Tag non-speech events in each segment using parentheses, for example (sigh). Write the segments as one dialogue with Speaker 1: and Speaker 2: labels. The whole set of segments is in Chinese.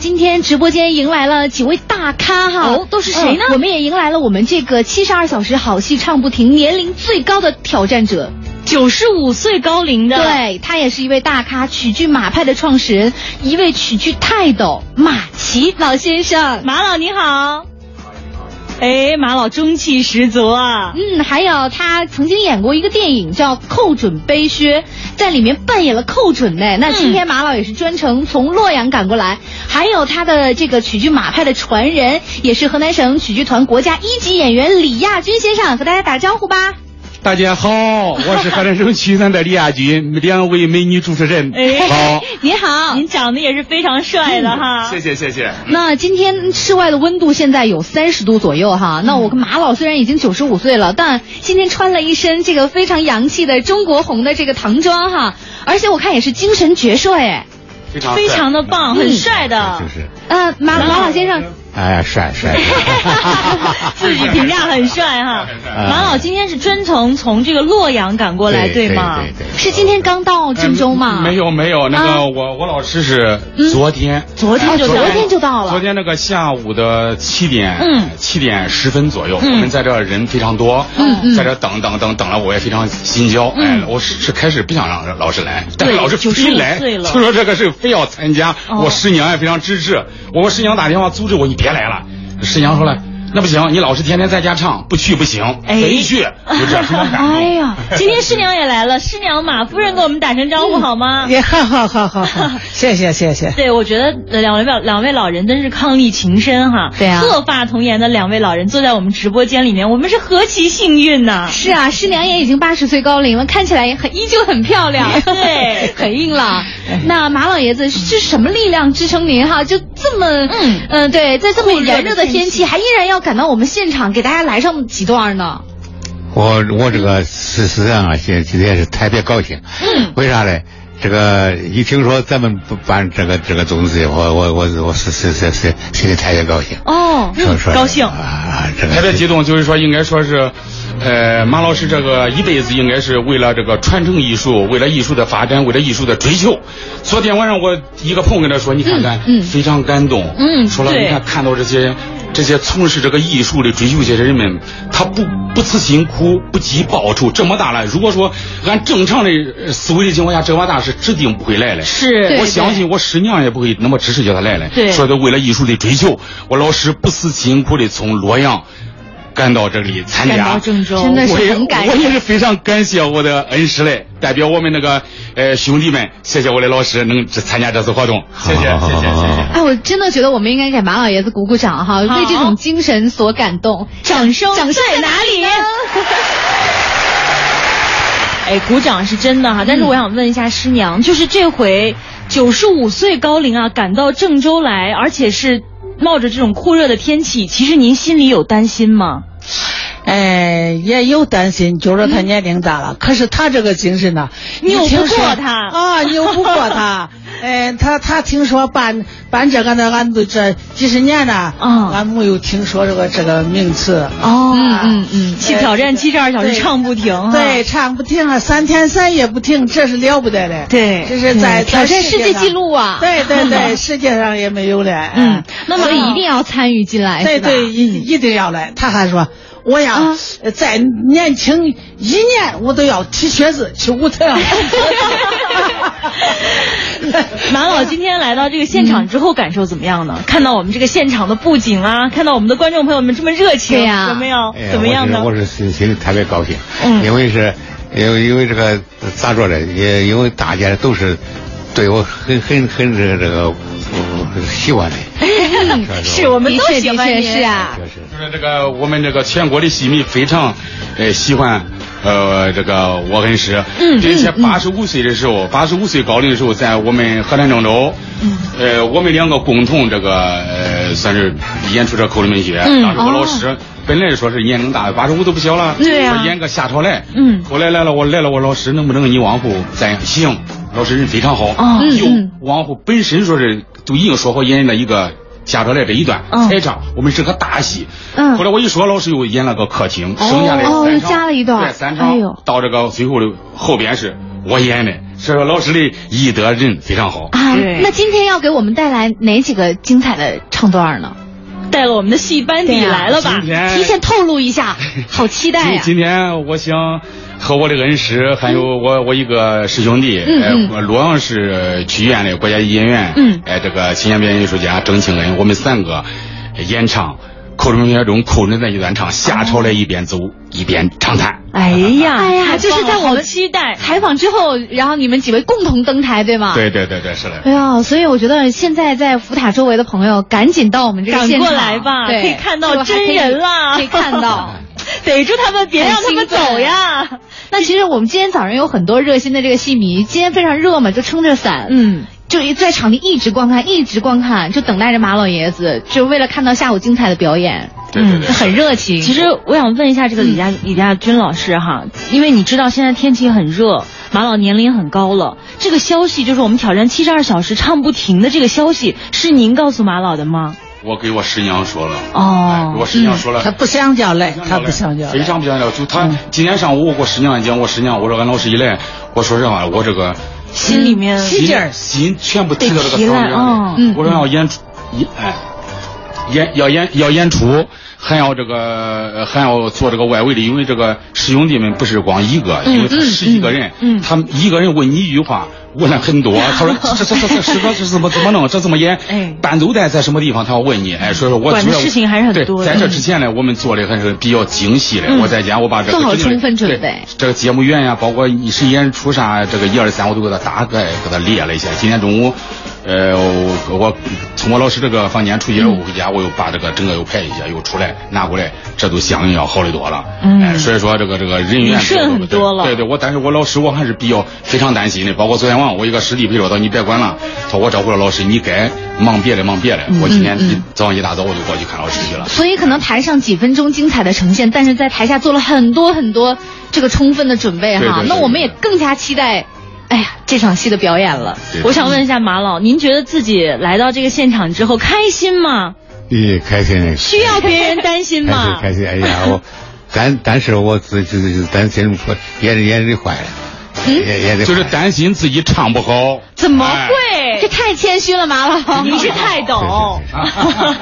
Speaker 1: 今天直播间迎来了几位大咖哈，
Speaker 2: 哦都是谁呢
Speaker 1: 嗯我们也迎来了我们这个七十二小时好戏唱不停年龄最高的挑战者。
Speaker 2: 九十五岁高龄的，，
Speaker 1: 对他也是一位大咖，曲剧马派的创始人，一位曲剧泰斗马奇老先生。
Speaker 2: 马老你好。哎，马老中气十足啊！
Speaker 1: 嗯，还有他曾经演过一个电影叫《寇准背靴》，在里面扮演了寇准呢。那今天马老也是专程从洛阳赶过来，还有他的这个曲剧马派的传人，也是河南省曲剧团国家一级演员李亚军先生，和大家打招呼吧。
Speaker 3: 大家好，
Speaker 2: (laughs)
Speaker 3: 我是河南省曲艺团的李亚军，两位美女主持人，
Speaker 2: 哎
Speaker 3: 好，
Speaker 1: 您好，
Speaker 2: 您长得也是非常帅
Speaker 3: 嗯
Speaker 2: 的哈。
Speaker 3: 谢谢谢谢。嗯
Speaker 1: 那今天室外的温度现在有三十度左右哈。那我跟马老虽然已经九十五岁了，但今天穿了一身这个非常洋气的中国红的这个唐装哈，而且我看也是精神矍铄哎。
Speaker 3: 非常
Speaker 2: 非常的棒，很帅的，
Speaker 3: 是，
Speaker 1: 呃，马马老先生，
Speaker 3: 哎呀，帅帅，
Speaker 2: 自己评价很帅哈。
Speaker 3: 嗯
Speaker 2: 马老今天是专程从这个洛阳赶 (laughs) 过来，吗？
Speaker 1: 是今天刚到郑州吗？
Speaker 2: 嗯
Speaker 3: 呃没，有没有，那
Speaker 1: 啊
Speaker 3: 个我我老师是
Speaker 1: 嗯
Speaker 3: 昨天，哎
Speaker 2: 昨天就
Speaker 1: 昨
Speaker 2: 到了
Speaker 1: 天就到
Speaker 3: 昨
Speaker 1: 了。
Speaker 3: 天那个下午的七点，
Speaker 2: 嗯
Speaker 3: 七点十分左右，
Speaker 2: 嗯
Speaker 3: 我们在这儿人非常多，
Speaker 1: 嗯嗯
Speaker 3: 在这儿等等等等了，我也非常心焦，
Speaker 2: 嗯
Speaker 3: 哎，我是是开始不想让老师来，但
Speaker 2: 对
Speaker 3: 老师
Speaker 2: 95
Speaker 3: 非来，
Speaker 2: 岁了
Speaker 3: 就说这个事非要参加，
Speaker 2: 哦
Speaker 3: 我师娘也非常支持，我和师娘打电话阻止我，你别来了，师娘说了。那不行，你老师天天在家唱，不去不行，
Speaker 2: 哎
Speaker 3: 非去，就这样
Speaker 2: (laughs)
Speaker 3: 非常感动。
Speaker 1: 哎呀，
Speaker 2: 今天师娘也来了，师娘马夫人给我们打声招呼好吗？
Speaker 4: 嗯也好好好
Speaker 2: (laughs)
Speaker 4: 好好，谢谢谢谢。
Speaker 2: 对，我觉得呃两位老两位老人真是伉俪情深哈，
Speaker 1: 对啊
Speaker 2: 鹤发童颜的两位老人坐在我们直播间里面，我们是何其幸运呐、
Speaker 1: 是啊，师娘也已经八十岁高龄了，看起来也很依旧很漂亮，
Speaker 2: 对
Speaker 1: (laughs) 很硬朗。
Speaker 2: 哎
Speaker 1: 那马老爷子是什么力量支撑您哈？就这么，嗯嗯、对，在这么炎热的天气，还依然要赶到我们现场给大家来上几段呢？
Speaker 5: 我我这个事实上啊，现今天是特别高兴。嗯，为啥嘞？这个一听说咱们不办这个这个东西，我我我我是是是是心里特别高兴。
Speaker 1: 哦，
Speaker 5: 说说
Speaker 2: 嗯高兴
Speaker 5: 啊，这个
Speaker 3: 特别激动，就是说应该说是，呃，马老师这个一辈子应该是为了这个传承艺术，为了艺术的发展，为了艺术的追求。昨天晚上我一个朋友跟他说，你看看，
Speaker 1: 嗯嗯
Speaker 3: 非常感动，
Speaker 2: 嗯
Speaker 3: 说了
Speaker 2: 对
Speaker 3: 你看看到这些。这些从事这个艺术的追求些人们，他不不辞辛苦，不计报酬，这么大了，如果说按正常的呃思维的情况下，这么大是指定不会来的。
Speaker 2: 是
Speaker 1: 对
Speaker 3: 我相信我师娘也不会那么支持叫他来了。
Speaker 2: 对
Speaker 3: 说的为了艺术的追求，我老师不辞辛苦的从洛阳赶到这里参
Speaker 2: 赶到
Speaker 3: 加。
Speaker 2: 郑州，
Speaker 1: 真的
Speaker 3: 我
Speaker 1: 是
Speaker 3: 也
Speaker 1: 很感
Speaker 3: 我
Speaker 1: 人。
Speaker 3: 也是非常感谢我的恩师嘞，代表我们那个呃兄弟们，谢谢我的老师能这参加这次活动，谢谢谢谢谢谢。
Speaker 1: 哎，我真的觉得我们应该给马老爷子鼓鼓掌哈，
Speaker 2: 好
Speaker 1: 为这种精神所感动。
Speaker 2: 掌声
Speaker 1: 掌声
Speaker 2: 在哪里
Speaker 1: 呢？
Speaker 2: (laughs) 哎，鼓掌是真的哈，但是我想问一下师娘，就是这回九十五岁高龄啊，赶到郑州来，而且是冒着这种酷热的天气，其实您心里有担心吗？
Speaker 4: 哎，也有担心，就说他年龄大
Speaker 2: (laughs)
Speaker 4: 了，可是他这个精神呢，
Speaker 2: 拗不
Speaker 4: 你听说
Speaker 2: 过他
Speaker 4: 啊，拗不过
Speaker 2: (laughs)
Speaker 4: 他。哎，他他听说办办这个那，俺都这几十年了，
Speaker 2: 啊
Speaker 4: 俺没有听说这个这个名词。
Speaker 2: 哦
Speaker 1: 嗯嗯嗯，
Speaker 2: 去挑战七十二小时
Speaker 4: 对
Speaker 2: 唱不停哈，
Speaker 4: 对，唱不停啊，三天三夜不停，这是了不得的。
Speaker 2: 对
Speaker 4: 这是在
Speaker 1: 嗯挑战世界
Speaker 4: 上
Speaker 1: 纪录啊
Speaker 4: 对对
Speaker 2: (laughs)
Speaker 4: 对，世界上也没有哎的。
Speaker 2: 嗯那么
Speaker 1: 所以一定要参与进来，
Speaker 4: 对
Speaker 1: 哎是吧嗯
Speaker 4: 对，一一定要来。他还说，我呀，
Speaker 1: 啊
Speaker 4: 呃再年轻一年，我都要提靴子去舞台上。
Speaker 2: (laughs) 马老今天来到这个现场之后，感受怎么样呢？看到我们这个现场的布景啊，看到我们的观众朋友们这么热情，
Speaker 1: 对呀
Speaker 2: 有没有
Speaker 5: 哎呀？
Speaker 2: 怎么样呢？
Speaker 5: 我是我是心心里特别高兴，
Speaker 2: 嗯
Speaker 5: 因为是，因为因为这个咋说呢？也因为大家都是对我很很很这个这个呃喜欢的。
Speaker 2: (laughs) 是我们
Speaker 1: 的
Speaker 2: 都
Speaker 1: 确
Speaker 2: 喜
Speaker 1: 的
Speaker 2: 欢
Speaker 1: 确
Speaker 2: 您
Speaker 1: 是啊，
Speaker 5: 就是
Speaker 3: 就是这个我们这个全国的戏迷非常，呃喜欢，呃这个我恩师，
Speaker 2: 嗯
Speaker 3: 并且八十五岁的时候，八十五岁高龄的时候，在我们河南郑州，
Speaker 2: 嗯
Speaker 3: 呃我们两个共同这个呃算是演出这口里美学，
Speaker 2: 嗯
Speaker 3: 当时我老师本来说是年龄大，八十五都不小了，
Speaker 2: 对呀
Speaker 3: 说演个下朝来，
Speaker 2: 嗯
Speaker 3: 后来来了我来了我老师能不能你往后再行，老师人非常好，
Speaker 2: 哦
Speaker 1: 嗯
Speaker 3: 又
Speaker 1: 嗯
Speaker 3: 往后本身说是就已经说好演了一个下朝来这一段
Speaker 2: 嗯
Speaker 3: 才唱，我们是个大戏。
Speaker 1: 哦嗯
Speaker 3: 后来我一说，老师又演了个客厅，剩下的
Speaker 1: 哦
Speaker 3: 三
Speaker 1: 又
Speaker 3: 场
Speaker 1: 加了一段
Speaker 3: 对，三
Speaker 1: 哎
Speaker 3: 场
Speaker 1: 呦
Speaker 3: 到这个最后的后边是我演的，所以说老师的艺德人非常好。
Speaker 1: 啊
Speaker 2: 对，
Speaker 1: 那今天要给我们带来哪几个精彩的唱段呢？
Speaker 2: 带了我们的戏班底
Speaker 1: 对呀
Speaker 2: 来了吧
Speaker 3: 今？天
Speaker 1: 提前透露一
Speaker 2: (laughs)
Speaker 1: 下，好期待啊
Speaker 3: 今
Speaker 1: 呀！
Speaker 3: 今天我想和我的恩师，还有我我一个师兄弟，
Speaker 1: 嗯嗯
Speaker 3: 呃，洛阳市曲艺院的国家艺院，
Speaker 1: 嗯
Speaker 3: 哎、这个青年表演艺术家郑庆恩，我们三个演唱《寇准学中寇准的一段唱》，夏朝来一边走一边长叹。
Speaker 2: 哎呀，
Speaker 1: 哎呀
Speaker 2: 太棒了
Speaker 1: 就是在我们
Speaker 2: 好期待。
Speaker 1: 采访之后，然后你们几位共同登台，对吗？。
Speaker 3: 对对对对，是的。
Speaker 1: 哎呀，所以我觉得现在在福塔周围的朋友，赶紧到我们这个
Speaker 2: 赶
Speaker 1: 现场
Speaker 2: 过来吧，
Speaker 1: 对
Speaker 2: 可以看
Speaker 1: 这个
Speaker 2: 到
Speaker 1: 还可
Speaker 2: 真
Speaker 1: 以
Speaker 2: 人啦，
Speaker 1: 可以看到。，
Speaker 2: (laughs) 逮住他们，别让他们
Speaker 1: 很兴奋
Speaker 2: 走呀。
Speaker 1: 那其实我们今天早上有很多热心的这个戏迷，今天非常热嘛，就撑着伞，，
Speaker 2: 嗯，
Speaker 1: 就一在场地一直观看，一直观看，就等待着马老爷子，就为了看到下午精彩的表演，
Speaker 3: 对对对
Speaker 1: 他很热情。
Speaker 2: 其实我想问一下这个李佳、李佳军老师哈，因为你知道现在天气很热，马老年龄很高了，这个消息就是我们挑战七十二小时唱不停的这个消息，是您告诉马老的吗？
Speaker 3: 我给我师娘说了，哎
Speaker 2: 哦
Speaker 3: 给我，师娘说了，
Speaker 4: (laughs)
Speaker 3: 哎
Speaker 4: 他不想叫来，他嗯不想叫
Speaker 3: 非
Speaker 4: 来。
Speaker 3: 常不想要。就他今天上午我跟我师娘讲，我师娘我说俺老师一来，我说实话，我这个
Speaker 2: 心里面
Speaker 4: 心劲儿
Speaker 3: 心全部提到这个
Speaker 2: 得提
Speaker 3: 嗓子
Speaker 2: 了
Speaker 3: 眼
Speaker 2: 嗯
Speaker 3: 里
Speaker 1: 嗯
Speaker 3: 了。我说要演出，演哎，演要演要演出，还要这个还要做这个外围的，因为这个师兄弟们不是光一个，因为他十几个人，他们一个人问你一句话。问了很多，他说这这这这这这怎么怎么弄？这怎么演
Speaker 2: 哎？
Speaker 3: 伴奏带在什么地方？他要问你，哎，所以说我
Speaker 2: 管的
Speaker 3: 觉得
Speaker 2: 事情还是很
Speaker 3: 对
Speaker 2: 多的
Speaker 3: 在这之前呢，我们做的还是比较精细的。我在家我把这个
Speaker 1: 做好
Speaker 3: 制定的
Speaker 1: 充分准备
Speaker 3: 对这个节目院呀、包括你是演出啥，这个一二三我都给他大概给他列了一下。今天中午，呃，我我从我老师这个房间出去，
Speaker 2: 嗯
Speaker 3: 我回家我又把这个整个又排一下，又出来拿过来，这都相应要好得多了。
Speaker 2: 嗯
Speaker 3: 哎，所以说这个这个人
Speaker 2: 你
Speaker 3: 员
Speaker 2: 顺很多了
Speaker 3: 对对，我但是我老师我还是比较非常担心的。包括昨天晚上我一个师弟陪我到，你别管了，他说我找回了老师，你该忙别的忙别的。
Speaker 2: 嗯
Speaker 3: 我今天一早上一大早我就过去看老师去了。
Speaker 1: 所以可能台上几分钟精彩的呈现，但是在台下做了很多很多这个充分的准备
Speaker 3: 对
Speaker 1: 哈。
Speaker 3: 对对
Speaker 1: 那我们也更加期待，哎呀，这场戏的表演了。
Speaker 3: 对
Speaker 2: 我想问一下马老，您觉得自己来到这个现场之后开心吗？
Speaker 5: 咦，哎开心，
Speaker 2: 需要别人担心
Speaker 5: 开心
Speaker 2: 吗？
Speaker 5: 开心，哎呀，我，咱但是我自自自担心说也也得坏了，也也得
Speaker 3: 就是
Speaker 5: 坏了
Speaker 3: 担心自己唱不好。
Speaker 2: (laughs) 怎么
Speaker 3: 哎
Speaker 1: 这
Speaker 2: 会？
Speaker 1: 太谦虚了，马老。
Speaker 2: (laughs) 你是太懂
Speaker 5: 是，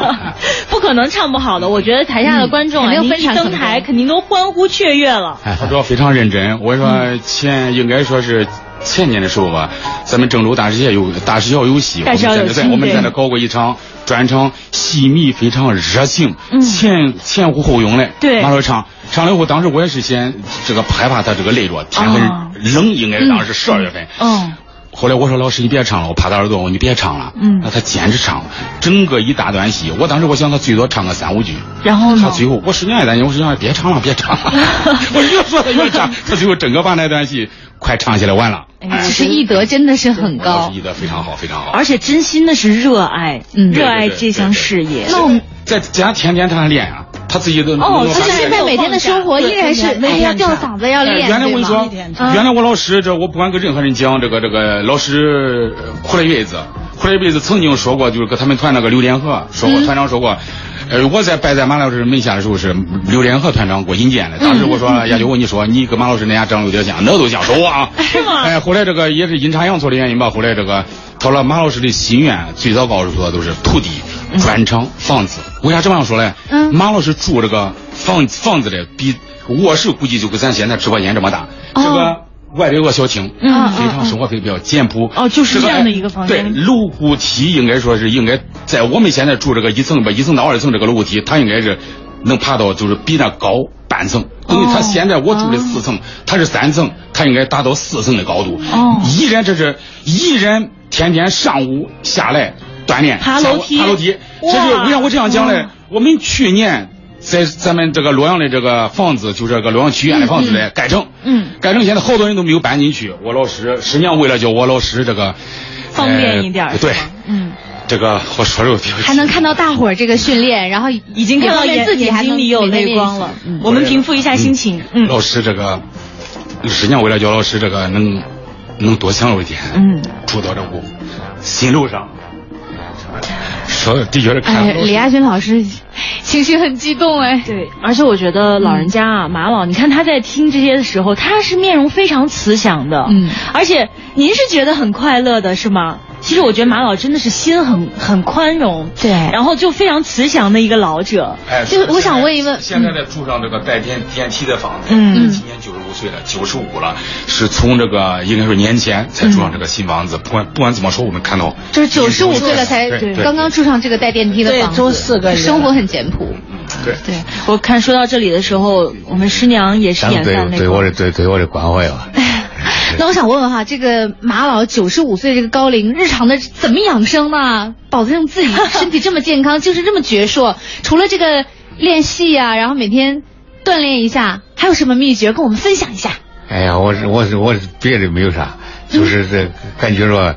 Speaker 2: 不可能唱不好的。我觉得台下的观众啊，
Speaker 1: 肯定
Speaker 2: 您
Speaker 1: 分
Speaker 2: 一
Speaker 1: 场
Speaker 2: 登
Speaker 1: 很
Speaker 2: 台
Speaker 1: 多
Speaker 2: 肯定都欢呼雀跃了。
Speaker 3: 他主要非常认真。我说前应该说是前年的时候吧，咱们郑州大师学有大师校有戏，我
Speaker 2: 大
Speaker 3: 们
Speaker 2: 师校
Speaker 3: 在
Speaker 2: 有
Speaker 3: 那
Speaker 2: 戏
Speaker 3: 在我们
Speaker 2: 对
Speaker 3: 在那搞过一场专场，戏迷非常热情，前前呼后拥的。
Speaker 2: 对
Speaker 3: 马老师唱唱了以后，当时我也是先这个害怕他这个累着，天
Speaker 2: 哦
Speaker 3: 很冷，应该是当时十二月份。
Speaker 2: 嗯，
Speaker 3: 后来我说老师你别唱了，我怕他耳朵，我说你别唱了。
Speaker 2: 嗯
Speaker 3: 那他坚持唱了，整个一大段戏，我当时我想他最多唱个三五句。
Speaker 2: 然
Speaker 1: 嗯
Speaker 2: 后
Speaker 3: 他
Speaker 2: 呢？
Speaker 3: 最后我师娘也担心，我师娘也别唱了，别唱
Speaker 1: (laughs)
Speaker 3: 了。我越说他越唱，他最后整个把那段戏快唱起来完了。
Speaker 1: 哎
Speaker 3: 哎
Speaker 1: 其实艺德真的是很
Speaker 3: 老
Speaker 1: 高
Speaker 3: 师。译的非常好，非常好。
Speaker 2: 而且真心的是热爱，
Speaker 1: 嗯
Speaker 2: 热爱
Speaker 3: 对对对
Speaker 2: 这项事业。
Speaker 1: 那我们
Speaker 3: 在家天天他还练啊，他自己都
Speaker 2: 哦
Speaker 1: 他
Speaker 2: 他
Speaker 1: 现在每天的生活依然是，
Speaker 4: 对
Speaker 1: 哎呀，
Speaker 4: 每天
Speaker 1: 吊
Speaker 4: 唱
Speaker 1: 嗓子要练，
Speaker 3: 原来我跟你
Speaker 1: 对吗
Speaker 3: 说，原来我老师这我不管跟任何人讲，这个这个老师呃苦了一辈子，苦了一辈子曾经说过，就是跟他们团那个刘连河说过，团长说过。呃，我在拜在马老师门下的时候是刘连河团长给我引荐的。当时我说亚秋，我跟你说，你跟马老师那家长得有点像，那都像熟啊。是
Speaker 2: 吗
Speaker 3: 哎，后来这个也是阴差阳错的原因吧，后来这个到了马老师的心愿，最早告诉他都是土地、砖厂、房子。为啥这么样说嘞？
Speaker 1: 嗯
Speaker 3: 马老师住这个房房子嘞，比卧室估计就跟咱现在直播间这么大，这个外边有个小厅，
Speaker 2: 哦嗯
Speaker 3: 非常生活非常比较简朴。
Speaker 2: 哦就是
Speaker 3: 个
Speaker 2: 这样的一个房间
Speaker 3: 对，楼户梯应该说是应该在我们现在住这个一层吧，一层到二层这个楼梯，它应该是能爬到就是比那高半层。等
Speaker 2: 哦
Speaker 3: 于它现在我住的四层，它是三层，它应该达到四层的高度。
Speaker 2: 哦
Speaker 3: 依然这是依然天天上午下来锻炼，
Speaker 2: 爬
Speaker 3: 下午
Speaker 2: 楼梯
Speaker 3: 爬楼梯。这
Speaker 2: 哇
Speaker 3: 是为啥我这样讲嘞？我们去年在咱们这个洛阳的这个房子，就这个洛阳曲院的房子嘞，改正，
Speaker 2: 嗯，
Speaker 3: 改正现在好多人都没有搬进去。我老师师娘为了叫我老师这个
Speaker 2: 方便一点儿
Speaker 3: 呃对
Speaker 2: 是吧，嗯，
Speaker 3: 这个我说这个
Speaker 1: 还能看到大伙儿这个训练，然后已
Speaker 2: 已经看到眼
Speaker 1: 自己
Speaker 2: 眼
Speaker 1: 还
Speaker 2: 睛
Speaker 1: 能
Speaker 2: 里有
Speaker 1: 每天
Speaker 2: 泪
Speaker 1: 练习
Speaker 2: 光了。我们平复一下心情。嗯
Speaker 3: 老师这个，师娘为了叫老师这个能能多享受一点，
Speaker 2: 嗯，
Speaker 3: 住到这屋，新楼上。说的确是看
Speaker 1: 哎，
Speaker 3: 不到
Speaker 1: 李亚军老师，情绪很激动哎。
Speaker 2: 对，而且我觉得老人家啊，马老，你看他在听这些的时候，他是面容非常慈祥的，
Speaker 1: 嗯，
Speaker 2: 而且您是觉得很快乐的是吗？其实我觉得马老真的是心很很宽容，
Speaker 1: 对
Speaker 2: 然后就非常慈祥的一个老者，
Speaker 3: 哎，
Speaker 1: 就是我想问一嗯问
Speaker 3: 现在现在在住上这个带电电梯的房子，
Speaker 2: 嗯
Speaker 3: 今年九十五岁了，九十五了，是从这个应该说年前才住
Speaker 1: 嗯
Speaker 3: 上这个新房子。不管不管怎么说，我们看到
Speaker 1: 就是九十五岁了才
Speaker 3: 对对对
Speaker 1: 刚刚住上这个带电梯的
Speaker 4: 对
Speaker 1: 房子，
Speaker 4: 住四个人
Speaker 1: 生活很简朴。
Speaker 3: 嗯
Speaker 1: 啊
Speaker 3: 对。
Speaker 2: 对我看说到这里的时候，我们师娘也是眼
Speaker 5: 咱对
Speaker 2: 泛泪
Speaker 5: 对我
Speaker 2: 光
Speaker 5: 的。对对我的关怀
Speaker 2: (laughs)
Speaker 5: 吧。
Speaker 1: 那我想问问哈，这个马老九十五岁这个高龄，日常的怎么养生呢？保证自己身体这么健康，就是这么矍铄。除了这个练戏啊，然后每天锻炼一下，还有什么秘诀跟我们分享一下？
Speaker 5: 哎呀，我是我是我是别的没有啥，就是这感觉说，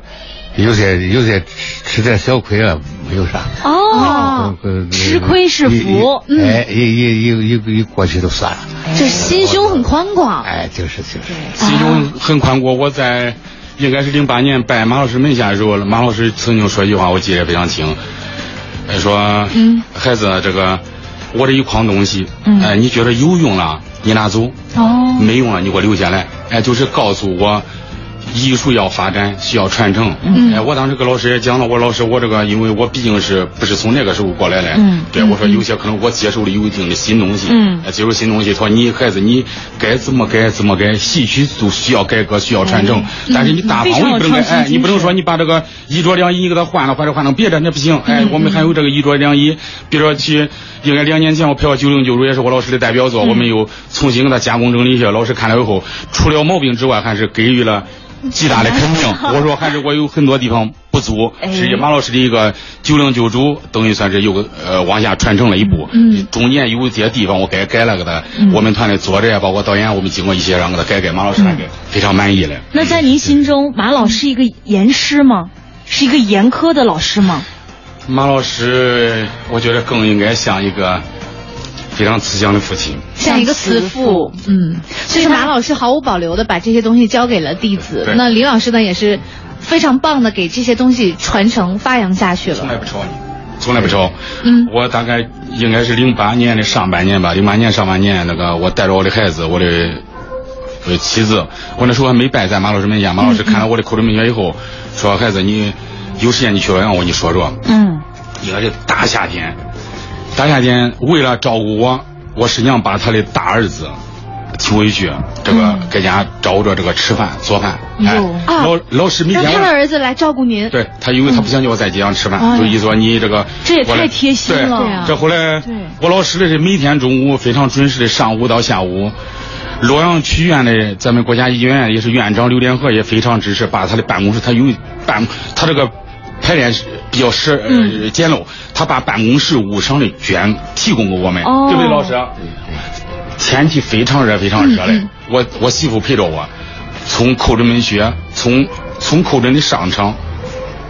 Speaker 5: 有些有些吃吃点小亏了，没有啥。
Speaker 2: 哦，
Speaker 5: 呃
Speaker 2: 吃亏是福，嗯
Speaker 5: 一一哎，一一一一一过去就算了。
Speaker 1: 就是心胸很宽广。
Speaker 5: 哎，就是就是，
Speaker 3: 心中很宽阔。我在应该是零八年拜马老师门下的时候，马老师曾经说一句话，我记得非常清，他说：“
Speaker 1: 嗯
Speaker 3: 孩子，这个我这一筐东西，哎、你觉得有用了，你拿走；
Speaker 1: 哦，
Speaker 3: 没用了，啊你给我留下来。”哎，就是告诉我。艺术要发展，需要传承。
Speaker 2: 嗯
Speaker 3: 哎，我当时跟老师也讲了，我老师，我这个因为我毕竟是不是从那个时候过来的，
Speaker 2: 嗯
Speaker 3: 对我说有些可能我接受了有一定的新东西，
Speaker 2: 嗯
Speaker 3: 哎接受新东西。他说你孩子你该怎么改怎么改，戏曲都需要改革，需要传承。
Speaker 2: 嗯
Speaker 3: 但是你大
Speaker 2: 非
Speaker 3: 方
Speaker 2: 常
Speaker 3: 位不能
Speaker 2: 有创
Speaker 3: 改，
Speaker 2: 新
Speaker 3: 哎，你不
Speaker 2: 精
Speaker 3: 能
Speaker 2: 神
Speaker 3: 说你把这个衣着良衣给它换了，或者换成别的那不行。
Speaker 2: 嗯
Speaker 3: 哎，我们还有这个衣着良衣，比如说去，应该两年前我拍过《九零九如》，也是我老师的代表
Speaker 2: 嗯
Speaker 3: 作，我们又重新给它加工整理一下。老师看了以后，除了毛病之外，还是给予了。极大的肯
Speaker 2: (laughs)
Speaker 3: 定，我说还是我有很多地方不足，
Speaker 2: 哎
Speaker 3: 是马老师的一个九零九主，等于算是又呃往下传承了一步。
Speaker 1: 嗯
Speaker 3: 中间有些地方我改改了，给他、
Speaker 2: 嗯
Speaker 3: 我们团队作者呀，包括导演，我们经过一些让给他改改，马老师还给非常满意了。
Speaker 2: 嗯那在您心中，马老是一个严师吗？是一个严苛的老师吗？
Speaker 3: 马老师，我觉得更应该像一个非常慈祥的父亲。
Speaker 1: 像一个慈父，嗯，所以马老师毫无保留的把这些东西交给了弟子
Speaker 3: 对。
Speaker 1: 那李老师呢，也是非常棒的给这些东西传承发扬下去
Speaker 3: 从
Speaker 1: 了。
Speaker 3: 来不吵你，从来不吵。
Speaker 1: 嗯
Speaker 3: 我大概应该是零八年的上半年吧，零八年上半年那个，我带着我的孩子，我的呃妻子，我那时候还没拜在马老师门下，马老
Speaker 1: 嗯
Speaker 3: 师看了我的口头名诀以后，说孩子你有时间你去外面我跟你说说。
Speaker 2: 嗯，
Speaker 3: 你看这大夏天，大夏天为了照顾我，我实际上把他的大儿子提回去，这个给家照着这个吃饭做饭。哎
Speaker 2: 哟，
Speaker 1: 嗯啊
Speaker 3: 老老师每
Speaker 1: 让
Speaker 3: 天
Speaker 1: 他的儿子来照顾您。
Speaker 3: 对他，因为他不想叫我在街上吃饭，
Speaker 1: 哎呀
Speaker 3: 就意思说你这个
Speaker 2: 嗯这也
Speaker 3: 过来
Speaker 2: 太贴心了
Speaker 1: 对啊
Speaker 3: 这后来
Speaker 2: 对
Speaker 3: 我老师的是每天中午非常准时的上午到下午，洛阳区医院的咱们国家医院也是院长刘连河也非常支持，把他的办公室他有办他这个。排练是比较是
Speaker 2: 嗯
Speaker 3: 呃简陋，他把办公室屋上的卷提供给我们，
Speaker 2: 哦
Speaker 3: 对不对，老师？啊天气非常热，非常热
Speaker 1: 嗯
Speaker 3: 嘞。我我媳妇陪着我，从寇准门学，从从寇准的上场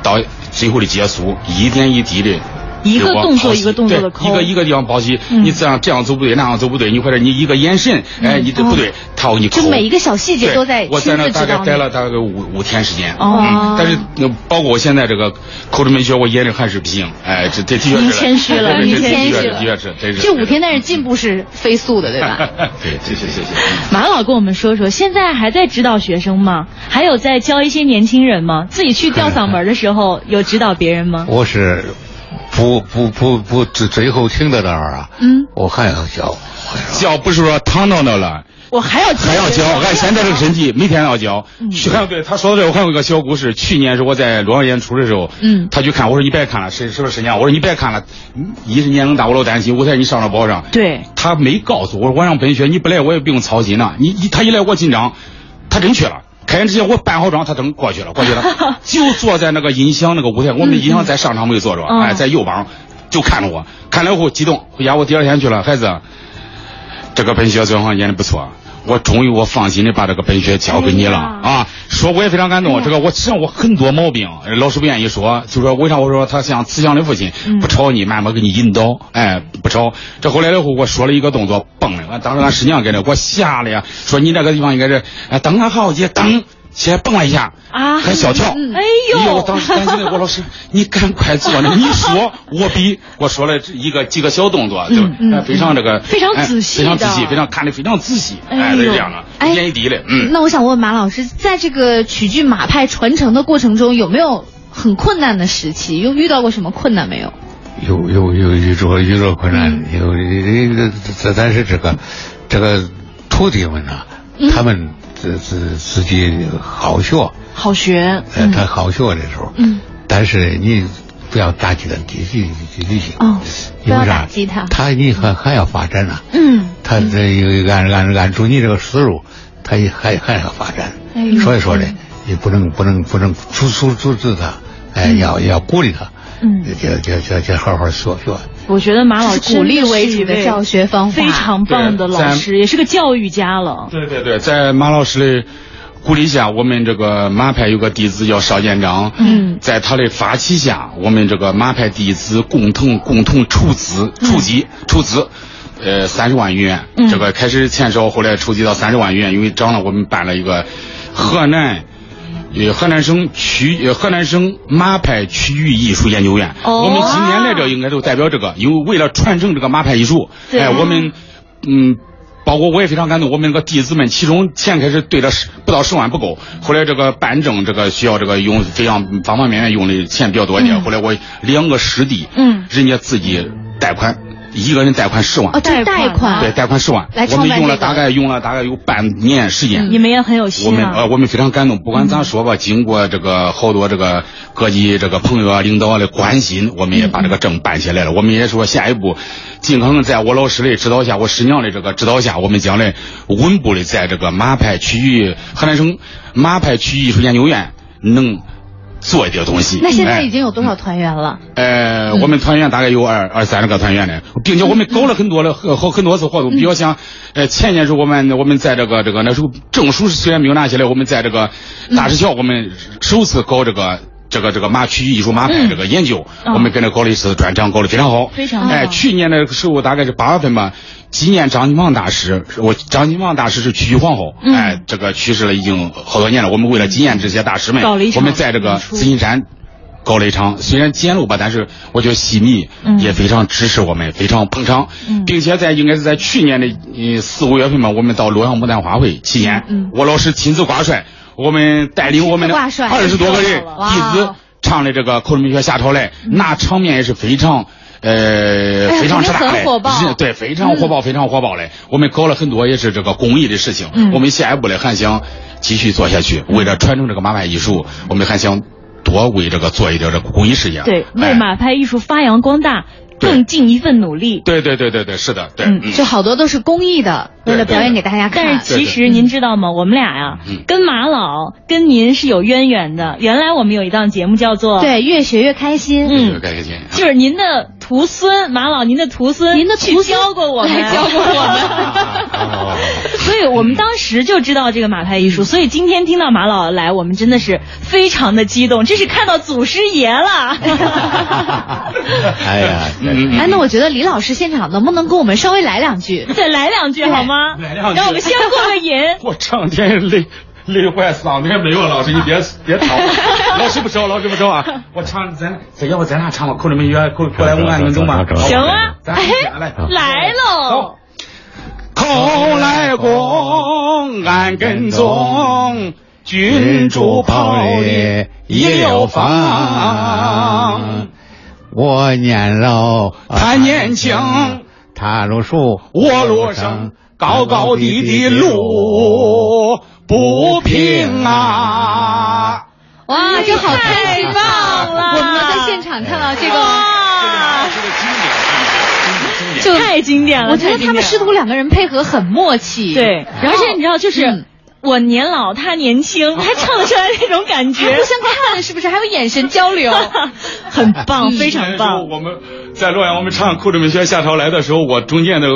Speaker 3: 到最后的结束，一点一滴的。
Speaker 2: 一个动作
Speaker 3: 给我剖析
Speaker 2: 一个动作地
Speaker 3: 对
Speaker 2: 抠
Speaker 3: 一个一个地方剖析。
Speaker 2: 嗯
Speaker 3: 你这样这样走不对，那样走不对，你或者你一个眼神，哎，你这不对，他要你抠。
Speaker 1: 嗯哦就每一个小细节
Speaker 3: 对
Speaker 1: 都在
Speaker 3: 我
Speaker 1: 亲
Speaker 3: 在那
Speaker 1: 自
Speaker 3: 大
Speaker 1: 指
Speaker 3: 概
Speaker 1: 导你
Speaker 3: 待了大概五五天时间。
Speaker 2: 哦
Speaker 3: 嗯但是呃包括我现在这个口准门学，我眼里还是不行。哎，这这的确是。
Speaker 2: 您谦虚了
Speaker 3: 对对
Speaker 1: 您
Speaker 3: 对
Speaker 1: 谦虚
Speaker 3: 的确是
Speaker 1: 了
Speaker 3: 的确是，真是。
Speaker 1: 这五
Speaker 3: (laughs)
Speaker 1: 天，但是进步是飞速的，对吧？
Speaker 3: 对，谢谢谢谢。
Speaker 2: 马老跟我们说说，现在还在指导学生吗？还有在教一些年轻人吗？自己去吊嗓门的时候，有指导别人吗？
Speaker 5: 我是不不不不最最后听到那儿啊，
Speaker 1: 嗯，
Speaker 5: 我还要教，
Speaker 3: 教不是说躺着的了。
Speaker 2: 我还要
Speaker 3: 还要教，按现在这个身体，每天要教。去还有对他说到这，我还有一个小故事。去年是我在洛阳演出的时候，
Speaker 1: 嗯
Speaker 3: 他去看，我说你别看了，是是不是沈阳？我说你别看了，嗯一是年龄大，我老担心，我说你上了不好上。
Speaker 2: 对，
Speaker 3: 他没告诉我，我让本学，你不来我也不用操心了。你你他一来我紧张，他真去了。开演之前我扮好妆，他真过去了，过
Speaker 2: (laughs)
Speaker 3: 去了，就坐在那个音响那个舞台，我们音响在上场没有坐着，
Speaker 2: 嗯
Speaker 3: 哎，在右帮，就看着我，看了以后激动，回家我第二天去了，孩子，这个本学专行演的不错，我终于我放心的把这个本学交给你了、
Speaker 2: 哎
Speaker 3: 啊！说我也非常感动，这个我身上我很多毛病，呃老师不愿意说，就说为啥我说他像慈祥的父亲，不吵你，慢慢给你引导，哎，不吵。这后来以后我说了啊一个动作，蹦了，俺当时俺师娘给那我吓了呀，说你那个地方应该是，哎，等俺好姐等。先蹦了一下
Speaker 2: 啊
Speaker 3: 还小跳。
Speaker 2: 嗯哎呦
Speaker 3: 我当时担心的，我老师，你赶快做呢，你说我比我说了这一个几个小动作，对吧？哎非常这个
Speaker 1: 非常仔细
Speaker 3: 哎非常
Speaker 1: 的
Speaker 3: 仔细，非常看的非常仔细，
Speaker 2: 哎
Speaker 3: 哎，
Speaker 2: 呦
Speaker 3: 是这样的，
Speaker 1: 哎
Speaker 3: 一点一滴的，嗯。
Speaker 1: 那我想问马老师，在这个曲剧马派传承的过程中，有没有很困难的时期？有遇到过什么困难没有？
Speaker 5: 有有有有着有着困难，有有有但但是这个这个徒弟们呢，他们自自自己好学，
Speaker 2: 好学，
Speaker 5: 呃，他好学的时候，
Speaker 1: 嗯，
Speaker 5: 但是你不要打击他积极积极性，
Speaker 1: 哦，不
Speaker 5: 因
Speaker 1: 要打
Speaker 5: 为啥？
Speaker 1: 击他。
Speaker 5: 他你还还要发展呢，
Speaker 1: 嗯，
Speaker 5: 他这有按按按住你这个思路，他也还还要发展，
Speaker 1: 哎
Speaker 5: 所以说呢，你不能不能不能阻阻阻止他，哎，
Speaker 1: 嗯
Speaker 5: 要要鼓励他，
Speaker 2: 嗯，
Speaker 5: 就就就就好好学
Speaker 1: (laughs)
Speaker 5: 学。
Speaker 2: 我觉得马老
Speaker 1: 是
Speaker 2: 师
Speaker 1: 鼓励为主的
Speaker 2: 真是一位
Speaker 1: 教学方法
Speaker 2: 非常棒的老师，也是个教育家了。
Speaker 3: 对对对，在马老师的鼓励下，我们这个马派有个弟子叫邵建章，
Speaker 1: 嗯，
Speaker 3: 在他的发起下，我们这个马派弟子共同共同出资出资出资。呃，三十万元，
Speaker 2: 嗯
Speaker 3: 这个开始欠少，后来筹集到三十万元，因为涨了，我们办了一个河南，呃，河南省曲，呃，河南省马派曲艺艺术研究院。
Speaker 2: 哦
Speaker 3: 我们今年来这应该都代表这个，因为为了传承这个马派艺术，
Speaker 2: 啊对
Speaker 3: 哎，我们，嗯，包括我也非常感动，我们那个弟子们，其中钱开始对了十不到十万不够，后来这个办证这个需要这个用非常方方面面用的钱比较多一点，后来我两个师弟，
Speaker 2: 嗯，
Speaker 3: 人家自己贷款，一个人贷款十万
Speaker 1: 哦，，这贷
Speaker 2: 贷款
Speaker 1: 款，
Speaker 3: 对，贷款十万
Speaker 1: 来，
Speaker 3: 我
Speaker 1: 创
Speaker 3: 们
Speaker 1: 办
Speaker 3: 用
Speaker 1: 这
Speaker 3: 了
Speaker 1: 个
Speaker 3: 大概用了大概有半年时间，
Speaker 2: 你们也很有
Speaker 3: 我
Speaker 2: 心
Speaker 3: 们
Speaker 2: 啊
Speaker 3: 呃，。我们非常感动。不管咋说吧，
Speaker 1: 嗯
Speaker 3: 经过这个好多这个各级这个朋友啊、领导的关心，我们也把这个证办下来了。我们也说下一步，尽可能在我老师的指导下，我师娘的这个指导下，我们将来稳步的在这个马派区域河南省马派区域艺术研究院能做一点东西。
Speaker 1: 那现在
Speaker 3: 哎
Speaker 1: 已经有多少团员了？
Speaker 3: 呃，我们团员大概有二二三十个团员呢，并且我们搞了很多了，好好很多次活动。比如像，呃，前年时候我们我们在这个这个那时候证书虽然没有拿下来，我们在这个大石桥我们首次搞这个。这个这个马区艺术马派这个研究，我们跟着搞了一次专场，搞得非常好，
Speaker 2: 嗯非常好
Speaker 3: 哎，去年的时候大概是八月份吧，今年张金旺大师，我张金旺大师是曲艺皇后，
Speaker 2: 嗯
Speaker 3: 哎，这个去世了已经好多年了。我们为了纪念这些大师们
Speaker 2: 搞了一，场
Speaker 3: 我们在这个
Speaker 2: 演出
Speaker 3: 紫金山搞了一场，虽然简陋吧，但是我觉得戏迷
Speaker 1: 嗯
Speaker 3: 也非常支持我们，非常捧场，并且在应该是在去年的呃四五月份吧，我们到洛阳牡丹花卉期间，我老师亲自挂帅，我们带领我们的
Speaker 1: 亲嗯自挂帅
Speaker 3: 二十多个人
Speaker 1: 哇嗯
Speaker 3: 弟子唱的这个口水名学下朝来，那场面也是非常。呃，
Speaker 1: 哎
Speaker 3: 非常
Speaker 1: 肯定
Speaker 3: 盛大
Speaker 1: 很
Speaker 3: 嘞
Speaker 1: 火爆
Speaker 3: 是对，非常
Speaker 2: 嗯
Speaker 3: 火爆，非常火爆嘞。我们搞了很多也是这个公益的事情，
Speaker 2: 嗯
Speaker 3: 我们下一步嘞还想继续做下去，为了传承这个马派艺术，我们还想多为这个做一点这个公益事业。
Speaker 2: 对，为
Speaker 3: 哎
Speaker 2: 马派艺术发扬光大
Speaker 3: 对
Speaker 2: 更尽一份努力。
Speaker 3: 对对对对对，是的，对，
Speaker 2: 嗯
Speaker 3: 嗯
Speaker 1: 就好多都是公益的，
Speaker 3: 对
Speaker 1: 为了表演给大家
Speaker 2: 但
Speaker 1: 看
Speaker 2: 是。其实您知道吗？我们俩呀、
Speaker 3: 嗯
Speaker 2: 跟马老跟您是有渊源的。原来我们有一档节目叫做，
Speaker 1: 对，越学越开心。
Speaker 2: 嗯
Speaker 3: 对感谢啊
Speaker 2: (laughs)
Speaker 3: 您
Speaker 2: 就是您的徒孙马老，您的徒孙，
Speaker 1: 您的徒孙
Speaker 2: 去教过我们，
Speaker 1: 来教过
Speaker 2: 我
Speaker 3: 哦
Speaker 2: 们。 (laughs) 所以我们当时就知道这个马派
Speaker 1: 嗯
Speaker 2: 艺术，所以今天听到马老来，我们真的是非常的激动，这是看到祖师爷了。
Speaker 5: 哎呀，
Speaker 3: 嗯
Speaker 1: (laughs)
Speaker 3: 嗯
Speaker 1: 哎，那我觉得李老师现场能不能跟我们稍微来两句？
Speaker 2: (laughs) 再来两句好吗？
Speaker 3: (laughs) 来两句
Speaker 2: 让我们先过个瘾。
Speaker 3: 我唱天累累坏嗓子也没有，老师你别别吵，老师不吵，老师不吵啊！我唱咱咱要不咱俩唱吧，口里没约，口过来我按能中吧？
Speaker 2: 行啊，
Speaker 3: 咱
Speaker 2: 哎
Speaker 3: 俩来，
Speaker 2: 来喽。
Speaker 3: 走。口来公，俺跟踪，
Speaker 5: 君
Speaker 3: 君
Speaker 5: 主
Speaker 3: 主
Speaker 5: 炮
Speaker 3: 炮
Speaker 5: 也
Speaker 3: 也
Speaker 5: 一
Speaker 3: 一
Speaker 5: 流
Speaker 3: 流
Speaker 5: 芳
Speaker 3: 芳。
Speaker 5: 我年老，
Speaker 3: 他年轻，
Speaker 5: 他路树，
Speaker 3: 我路上高高低低路不平啊！
Speaker 1: 哇，这好开心啊
Speaker 2: 太棒了
Speaker 1: 我们能在现场看到这个。
Speaker 2: 哇，
Speaker 3: 这个经典，经典。
Speaker 1: 就
Speaker 2: 太经典了！
Speaker 1: 我觉得他们师
Speaker 2: 师
Speaker 1: 徒两个人配合很默契，
Speaker 2: 对，
Speaker 1: 然
Speaker 2: 而
Speaker 1: 后
Speaker 2: 且你知道，就是、
Speaker 1: 嗯
Speaker 2: 我年老他年 (laughs) 轻，还唱得出来那种感
Speaker 1: 还
Speaker 2: 觉
Speaker 1: 互，相看了，是不是？还有眼神交流，
Speaker 2: 很棒， (laughs) 非常
Speaker 3: 那时候
Speaker 2: 棒。
Speaker 3: 我们呃在洛阳，我们唱《寇准美学下朝来》的时候，我中间的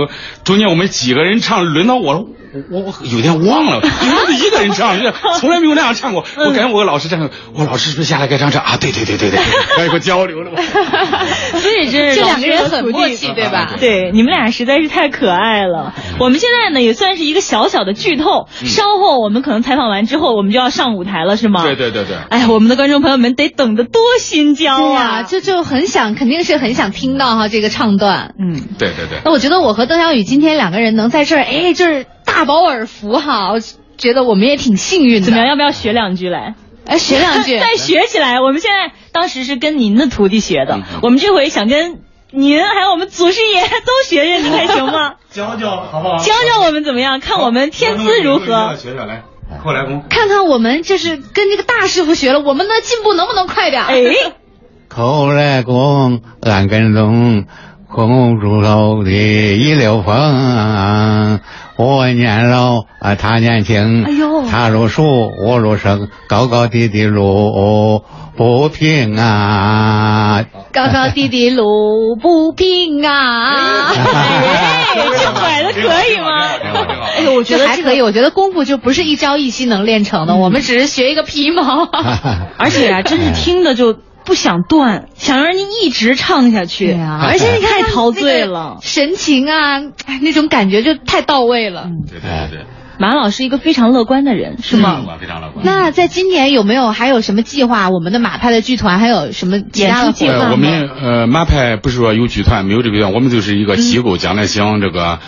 Speaker 3: 中间我们几个人唱，轮到我了，我我有点忘了，因为我是一个
Speaker 2: (laughs)
Speaker 3: 人唱，是从来没有那样唱过。
Speaker 2: 嗯
Speaker 3: 我感觉我和老师唱，我老师是不是下来该唱唱啊？对对
Speaker 2: (laughs)
Speaker 3: 对对对，该有个交流了。
Speaker 2: (laughs) 所以这
Speaker 1: 这
Speaker 2: 是
Speaker 1: 两个人很默
Speaker 2: 默
Speaker 1: 契，
Speaker 2: 契。
Speaker 1: 对吧？
Speaker 2: 对，嗯你们俩实在是太可爱了。我们现在呢也算是一个小小的剧透，稍后我们可能采访完之后，我们就要上舞台了，是吗？
Speaker 3: 对。对对对，
Speaker 2: 哎，我们的观众朋友们得等得多心焦
Speaker 1: 对
Speaker 2: 啊！
Speaker 1: 呀，就就很想，肯定是很想听到哈这个唱段。
Speaker 2: 嗯，
Speaker 3: 对对对。
Speaker 1: 那我觉得我和邓小雨今天两个人能在这儿，哎，就是大饱耳福哈，我觉得我们也挺幸运的。
Speaker 2: 怎么样？？要不要学两句来？
Speaker 1: 哎，学两
Speaker 2: (laughs)
Speaker 1: 句。
Speaker 2: 再学起来。我们现在当时是跟您的徒弟学的
Speaker 3: 嗯嗯，
Speaker 2: 我们这回想跟您还有我们祖师爷都学学，您看行
Speaker 3: (laughs)
Speaker 2: 吗？
Speaker 6: 教教好不好？
Speaker 2: 教教我们怎么样？看我们天资如何？嗯
Speaker 6: 学学来，过来功。
Speaker 1: 看看我们这是跟这个大师傅学了，我们的进步能不能快点儿？
Speaker 3: (laughs)
Speaker 2: 哎，
Speaker 5: 口来公，俺跟踪，公主头的一绺风。我年老，啊他年轻。
Speaker 2: 哎呦
Speaker 5: 他如树，我如生，高高低低路不平啊。
Speaker 1: 高高低低路不平啊！ (laughs)
Speaker 2: 哎，这拐的可以吗？
Speaker 3: 挺好挺好
Speaker 2: 哎呦，我觉
Speaker 1: 这
Speaker 2: 得
Speaker 1: 还
Speaker 2: 这
Speaker 1: 可
Speaker 2: 个嗯
Speaker 1: 以，我觉得功夫就不是一朝一夕能练成的，我们只是学一个皮毛。
Speaker 2: (laughs)
Speaker 5: (laughs)
Speaker 2: 而且啊，真是听的就不想断，想让人家一直唱下去。
Speaker 1: 对啊，而且你看
Speaker 2: (laughs) (laughs) 太陶醉
Speaker 1: 那个
Speaker 2: 了
Speaker 1: 神情啊，哎那种感觉就太到位了。
Speaker 2: 嗯
Speaker 3: 对对对对，
Speaker 2: 马老师一个非常乐观的人，是吗？
Speaker 3: 乐观非常乐观。
Speaker 1: 那在今年有没有还有什么计划？我们的马派的剧团还有什么其他的
Speaker 2: 演出计划
Speaker 1: 活动
Speaker 2: 吗
Speaker 3: 呃，我们呃，马派不是说有剧团没有这个剧团，我们就是一个机构，将来想这个。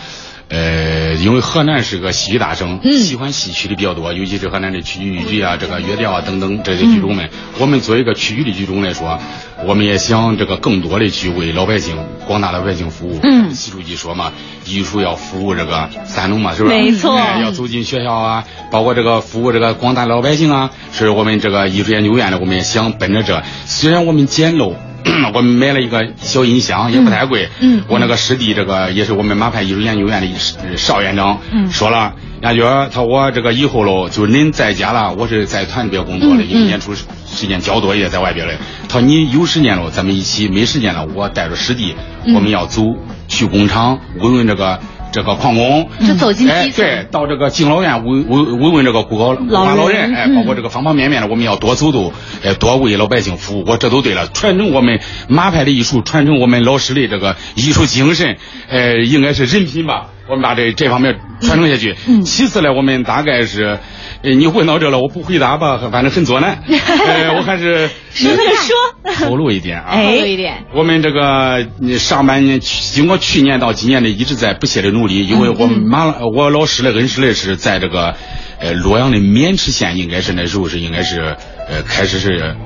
Speaker 3: 呃，因为河南是个戏剧大省，
Speaker 1: 嗯
Speaker 3: 喜欢戏曲的比较多，尤其是河南的曲剧、豫剧啊，这个乐调啊等等这些剧种们。
Speaker 2: 嗯
Speaker 3: 我们作为一个曲剧的剧种来说，我们也想这个更多的去为老百姓、广大老百姓服务。
Speaker 2: 嗯
Speaker 3: 习主席说嘛，艺术要服务这个三农嘛，是不是？
Speaker 2: 没错
Speaker 3: 哎要
Speaker 1: 嗯
Speaker 3: 走进学校啊，包括这个服务这个广大老百姓啊，是我们这个艺术研究院呢，我们也想奔着这，虽然我们简陋。 (clears throat) 我们买了一个小音箱，也不太贵。
Speaker 1: 嗯
Speaker 3: 我那个师弟，这个也是我们马派艺术研究院的呃邵院长，
Speaker 2: 嗯
Speaker 3: 说了，俺觉得他我这个以后喽，就是您在家了，我是在团里边工作的，
Speaker 1: 嗯
Speaker 3: 因为演出时间较多一点，在外边嘞。他说你有时间了，咱们一起；没时间了，我带着师弟，
Speaker 1: 嗯
Speaker 3: 我们要走去工厂问问这个这个矿工，
Speaker 1: 就走进
Speaker 3: 哎
Speaker 1: 基，层。
Speaker 3: 对，到这个敬老院慰慰慰问这个孤高孤
Speaker 2: 老
Speaker 3: 寡老
Speaker 2: 人嗯
Speaker 3: 人，哎，包括这个方方面面的，我们要多走走，哎，多为老百姓服务，我这都对了，传承我们马派的艺术，传承我们老师的这个艺术精神，呃，应该是人品吧，我们把这这方面传承下去。
Speaker 2: 嗯
Speaker 3: 其次呢，我们大概是，呃，你问到这了，我不回答吧，反正很
Speaker 2: (laughs)
Speaker 3: 作难，呃，我还是
Speaker 2: 说那个说，
Speaker 3: 透露一点啊。
Speaker 2: (laughs) 哎
Speaker 1: 有一点，
Speaker 3: 我们这个嗯上半年，去经过去年到今年的一直在不懈的努力，因为我
Speaker 2: 嗯
Speaker 3: 们马老我老师的恩师嘞是在这个，呃洛阳的渑池县，应该是那时候是应该是，呃开始是，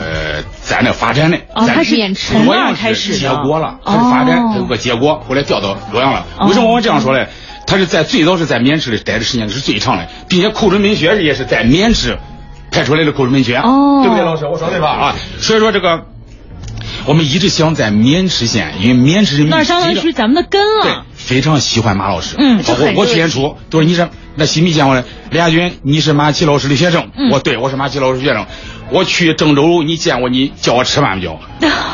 Speaker 3: 呃在那发展的，
Speaker 2: 哦
Speaker 3: 咱
Speaker 2: 他是
Speaker 1: 渑池
Speaker 2: 从
Speaker 3: 洛
Speaker 2: 那儿
Speaker 3: 阳
Speaker 2: 开始哦
Speaker 3: 是
Speaker 2: 的
Speaker 3: 结果了，他是发展，他有个结果，后来调到洛阳了。
Speaker 2: 哦
Speaker 3: 为什么我这样说嘞？他是在最早是在渑池里待的时间是最长的，并且寇准文学也是在渑池派出来的寇准文学，
Speaker 2: 哦
Speaker 3: 对不对，老师？我说对吧？啊，所以说这个。我们一直想在渑池县，因为渑池人民
Speaker 2: 那儿相当于
Speaker 3: 非常
Speaker 2: 是咱们的根
Speaker 3: 对
Speaker 2: 了。
Speaker 3: 非常喜欢马老师。
Speaker 2: 嗯
Speaker 1: 这
Speaker 3: 包括
Speaker 1: 很
Speaker 3: 我
Speaker 1: 热
Speaker 3: 去演
Speaker 1: 情
Speaker 3: 出都是你是那新密见过来，李亚军，你是马奇老师的学生。
Speaker 2: 嗯
Speaker 3: 我对我是马奇老师学生。我去郑州，你见我，你叫我吃饭没有？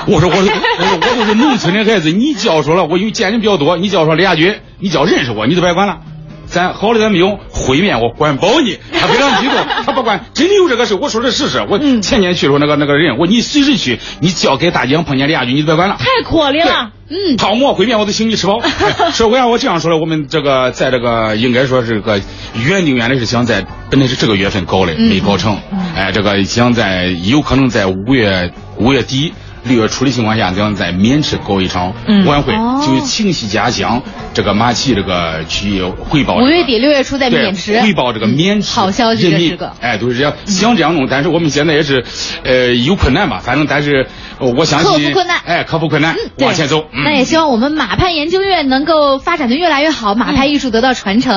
Speaker 3: 我说我是我说我就是农村的孩子，你叫说了，我有见人比较多，你叫说李亚军，你叫认识我，你都别管了。咱好了，咱没有会面，我管饱你。他非常激动， (laughs) 他不管，真的有这个事。我说的是事实。我前年去的时候，那个那个人，我你随时去，你只要给大街上碰见李亚军，你就别管了。
Speaker 2: 太阔力了，
Speaker 1: 嗯，
Speaker 3: 泡馍烩面我都请你吃
Speaker 1: (laughs)
Speaker 3: 饱。哎所以我要我这样说了，我们这个在这个应该说是个原定原来是想在本来是这个月份搞的，没搞
Speaker 1: 嗯
Speaker 3: 成。哎，这个想在有可能在五月五月底。六月初的情况下，想在渑池搞一场
Speaker 2: 嗯
Speaker 3: 晚会，
Speaker 1: 哦
Speaker 3: 就是情系家乡这个马奇这个去汇报这个、
Speaker 1: 五月底六月初在渑池
Speaker 3: 对汇报这个渑
Speaker 1: 嗯
Speaker 3: 池、
Speaker 1: 好消息
Speaker 3: 人民
Speaker 1: 这是个
Speaker 3: 哎，都是这样，想这样弄，但是我们现在也是，呃，有困难吧，反正但是、呃我相信
Speaker 1: 克服困难
Speaker 3: 哎，克服困难，
Speaker 1: 对
Speaker 3: 往前走。嗯嗯
Speaker 1: 那也希望我们马派研究院能够发展的越来越好，马派艺术得到传承。